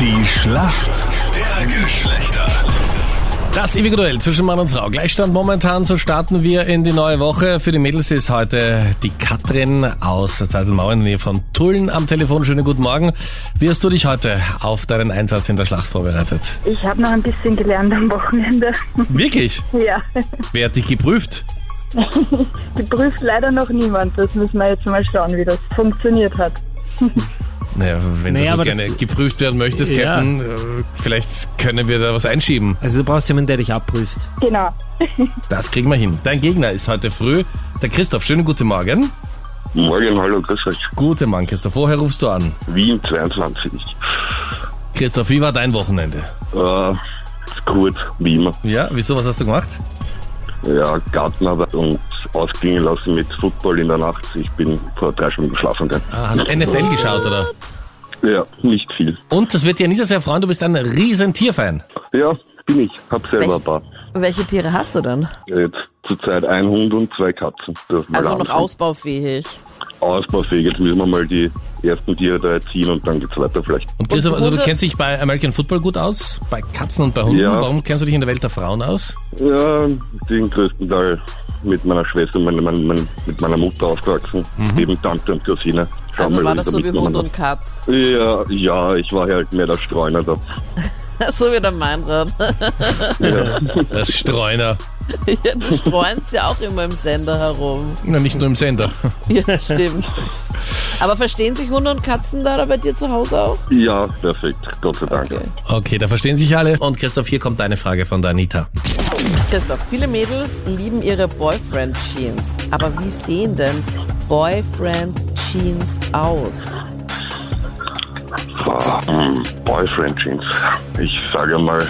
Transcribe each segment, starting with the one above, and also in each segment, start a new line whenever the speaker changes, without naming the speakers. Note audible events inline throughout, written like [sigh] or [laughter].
Die Schlacht der Geschlechter.
Das ewige Duell zwischen Mann und Frau. Gleichstand momentan, so starten wir in die neue Woche. Für die Mädels ist heute die Katrin aus Zeitelmau in der Nähe von Tulln am Telefon. Schönen guten Morgen. Wie hast du dich heute auf deinen Einsatz in der Schlacht vorbereitet?
Ich habe noch ein bisschen gelernt am Wochenende. [laughs]
Wirklich?
ja,
Wer hat dich geprüft?
geprüft leider noch niemand. Das müssen wir jetzt mal schauen, wie das funktioniert hat.
Naja, wenn
Naja,
du so
aber
gerne
das-
geprüft werden möchtest,
Ja.
Captain, äh, vielleicht können wir da was einschieben.
Also du brauchst jemanden, der dich abprüft.
Genau.
Das kriegen wir hin. Dein Gegner ist heute früh der Christoph. Schönen guten Morgen.
Morgen, hallo, grüß euch.
Guten Morgen, Christoph. Woher rufst du an?
Wien 22.
Christoph, wie war dein Wochenende?
Äh, gut, wie immer.
Ja, wieso? Was hast du gemacht?
Ja, Gartenarbeit und ausklingen lassen mit Football in der Nacht. Ich bin vor drei Stunden geschlafen gegangen.
Ah, hast du NFL geschaut, oder?
Ja, nicht viel.
Und das wird dir nicht sehr freuen, du bist ein riesen Tierfan.
Ja, bin ich. Hab selber ein paar.
Welche Tiere hast du denn?
Jetzt zurzeit ein Hund und zwei Katzen. Das ist mal
Also
der
noch
Anfang.
ausbaufähig.
Ausbaufähig. Jetzt müssen wir mal die ersten Tiere da erziehen und dann geht's weiter vielleicht.
Und Christoph,
Und
also du
Hunde-
kennst dich bei American Football gut aus, bei Katzen und bei Hunden.
Ja.
Warum kennst du dich in der Welt der Frauen aus?
Ja, den größten Teil mit meiner Schwester, meine, meine, meine, mit meiner Mutter aufgewachsen. Eben Tante und Cousine. Schau
Mhm. Also
mal,
war
was
das
ich
so
da
wie
mitgenommen
Hund
hab.
und
Ja,
Katz. [laughs]
ja, ich war halt mehr der Streuner da.
So wie der Meinrad.
Das Streuner.
[laughs] Ja, Du streunst ja auch immer im Sender herum. [laughs]
Na, nicht nur im Sender.
Ja, stimmt. Aber verstehen sich Hunde und Katzen da, da bei dir zu Hause auch?
Ja, perfekt, Gott sei Dank.
Okay.
Okay, da verstehen sich alle. Und Christoph, hier kommt deine Frage von der Anita.
Christoph, viele Mädels lieben ihre Boyfriend-Jeans. Aber wie sehen denn Boyfriend-Jeans aus?
Ah, hm, Boyfriend Jeans. Ich sage mal,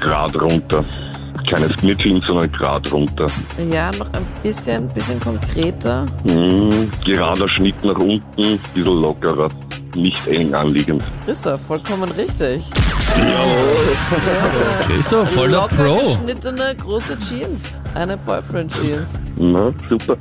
grad runter. Keine Snitching, sondern grad runter.
Ja, noch ein bisschen, bisschen konkreter.
Hm, gerader Schnitt nach unten, bisschen lockerer. Nicht eng anliegend.
Christoph, vollkommen richtig.
Christoph, voll der
Locker
Pro.
geschnittene große Jeans. Eine Boyfriend-Jeans.
Na, super.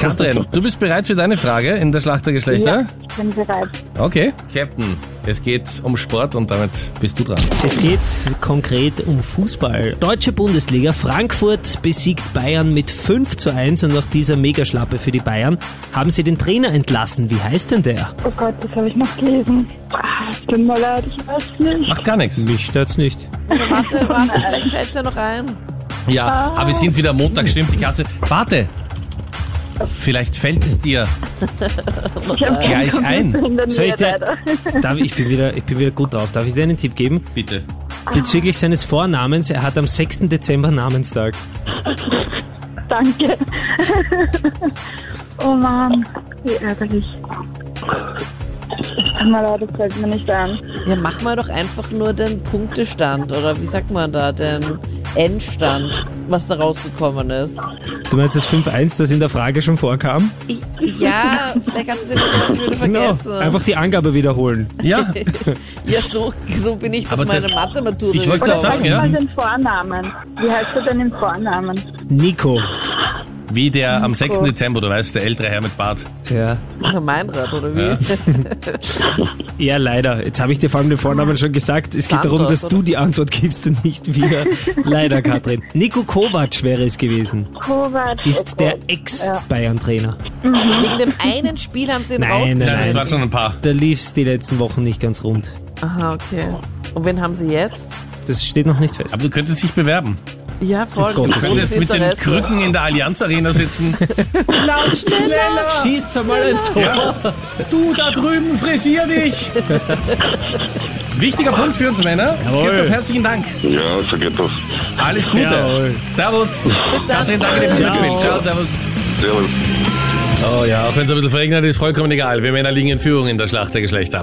Katrin, du bist bereit für deine Frage in der Schlacht der Geschlechter?
Ich bin bereit.
Okay. Captain, es geht um Sport und damit bist du dran.
Es geht konkret um Fußball. Deutsche Bundesliga. Frankfurt besiegt Bayern mit 5 zu 1 und nach dieser Megaschlappe für die Bayern haben sie den Trainer entlassen. Wie heißt denn der?
Oh Gott, das habe ich noch gelesen. Ah, es tut mir leid, ich weiß nicht.
Macht gar nichts.
Mich stört's nicht.
Warte, warte, vielleicht fällt's ja noch ein.
Ja, aber wir sind wieder Montag, stimmt die Katze. Warte. Vielleicht fällt es dir
Ich habe keinen
gleich ein.
in der
Soll
Nähe
ich dir,
leider.
[laughs] darf, ich, bin wieder, ich bin wieder gut drauf. Darf ich dir einen Tipp geben?
Bitte.
Ah.
Bezüglich seines Vornamens, er hat am 6. Dezember Namenstag.
Danke. [laughs] oh Mann, wie ärgerlich. Es tut mir leid, das fällt mir nicht ein.
Ja, mach mal doch einfach nur den Punktestand oder wie sagt man da, den Endstand, was da rausgekommen ist.
Du meinst das 5-1, das in der Frage schon vorkam? Genau.
I- Ja, vielleicht hat sie es wieder
Genau,
vergessen.
Einfach die Angabe wiederholen.
Ja,
ja, so, so bin ich
Aber
von meiner
das-
Mathematur
Ich wollte gerade
Sag
sagen, ja.
mal den Vornamen. Wie heißt er denn im Vornamen?
Nico.
[laughs] Wie der am 6. Dezember, du weißt, der ältere Herr mit Bart.
Ja.
Meinrad, oder wie?
Ja.
Ja, leider. Jetzt habe ich dir vor allem den Vornamen schon gesagt. Es geht
Santos,
darum, dass
oder?
du Ah. die Antwort gibst und nicht [laughs] wir. leider, Katrin. Nico Kovac wäre es gewesen.
Kovac.
Ist der Ex-Bayern-Trainer.
Wegen dem einen Spiel haben sie ihn
Nein,
Ja, das
nein.
rausgeschmissen.
waren schon ein paar.
Da lief's die letzten Wochen nicht ganz rund.
Aha, okay. Und wen haben sie jetzt?
Das steht noch nicht fest.
Aber du könntest dich bewerben.
Ja, voll.
Gott,
großes
Du könntest mit den
Interesse.
Krücken in der Allianz Arena sitzen.
schneller! Schießt einmal ein Tor!
Du da drüben, frisier dich! Wichtiger Punkt für uns Männer.
Jawohl.
Christoph, herzlichen Dank.
Ja, so geht das.
Alles Gute.
Jawohl.
Servus.
Bis dann.
Katrin, danke dir fürs
Tschüss.
Mitspielen. Ciao, servus.
Servus.
Oh ja, auch wenn es ein bisschen verregnet ist, vollkommen egal. Wir Männer liegen in Führung in der Schlacht der Geschlechter.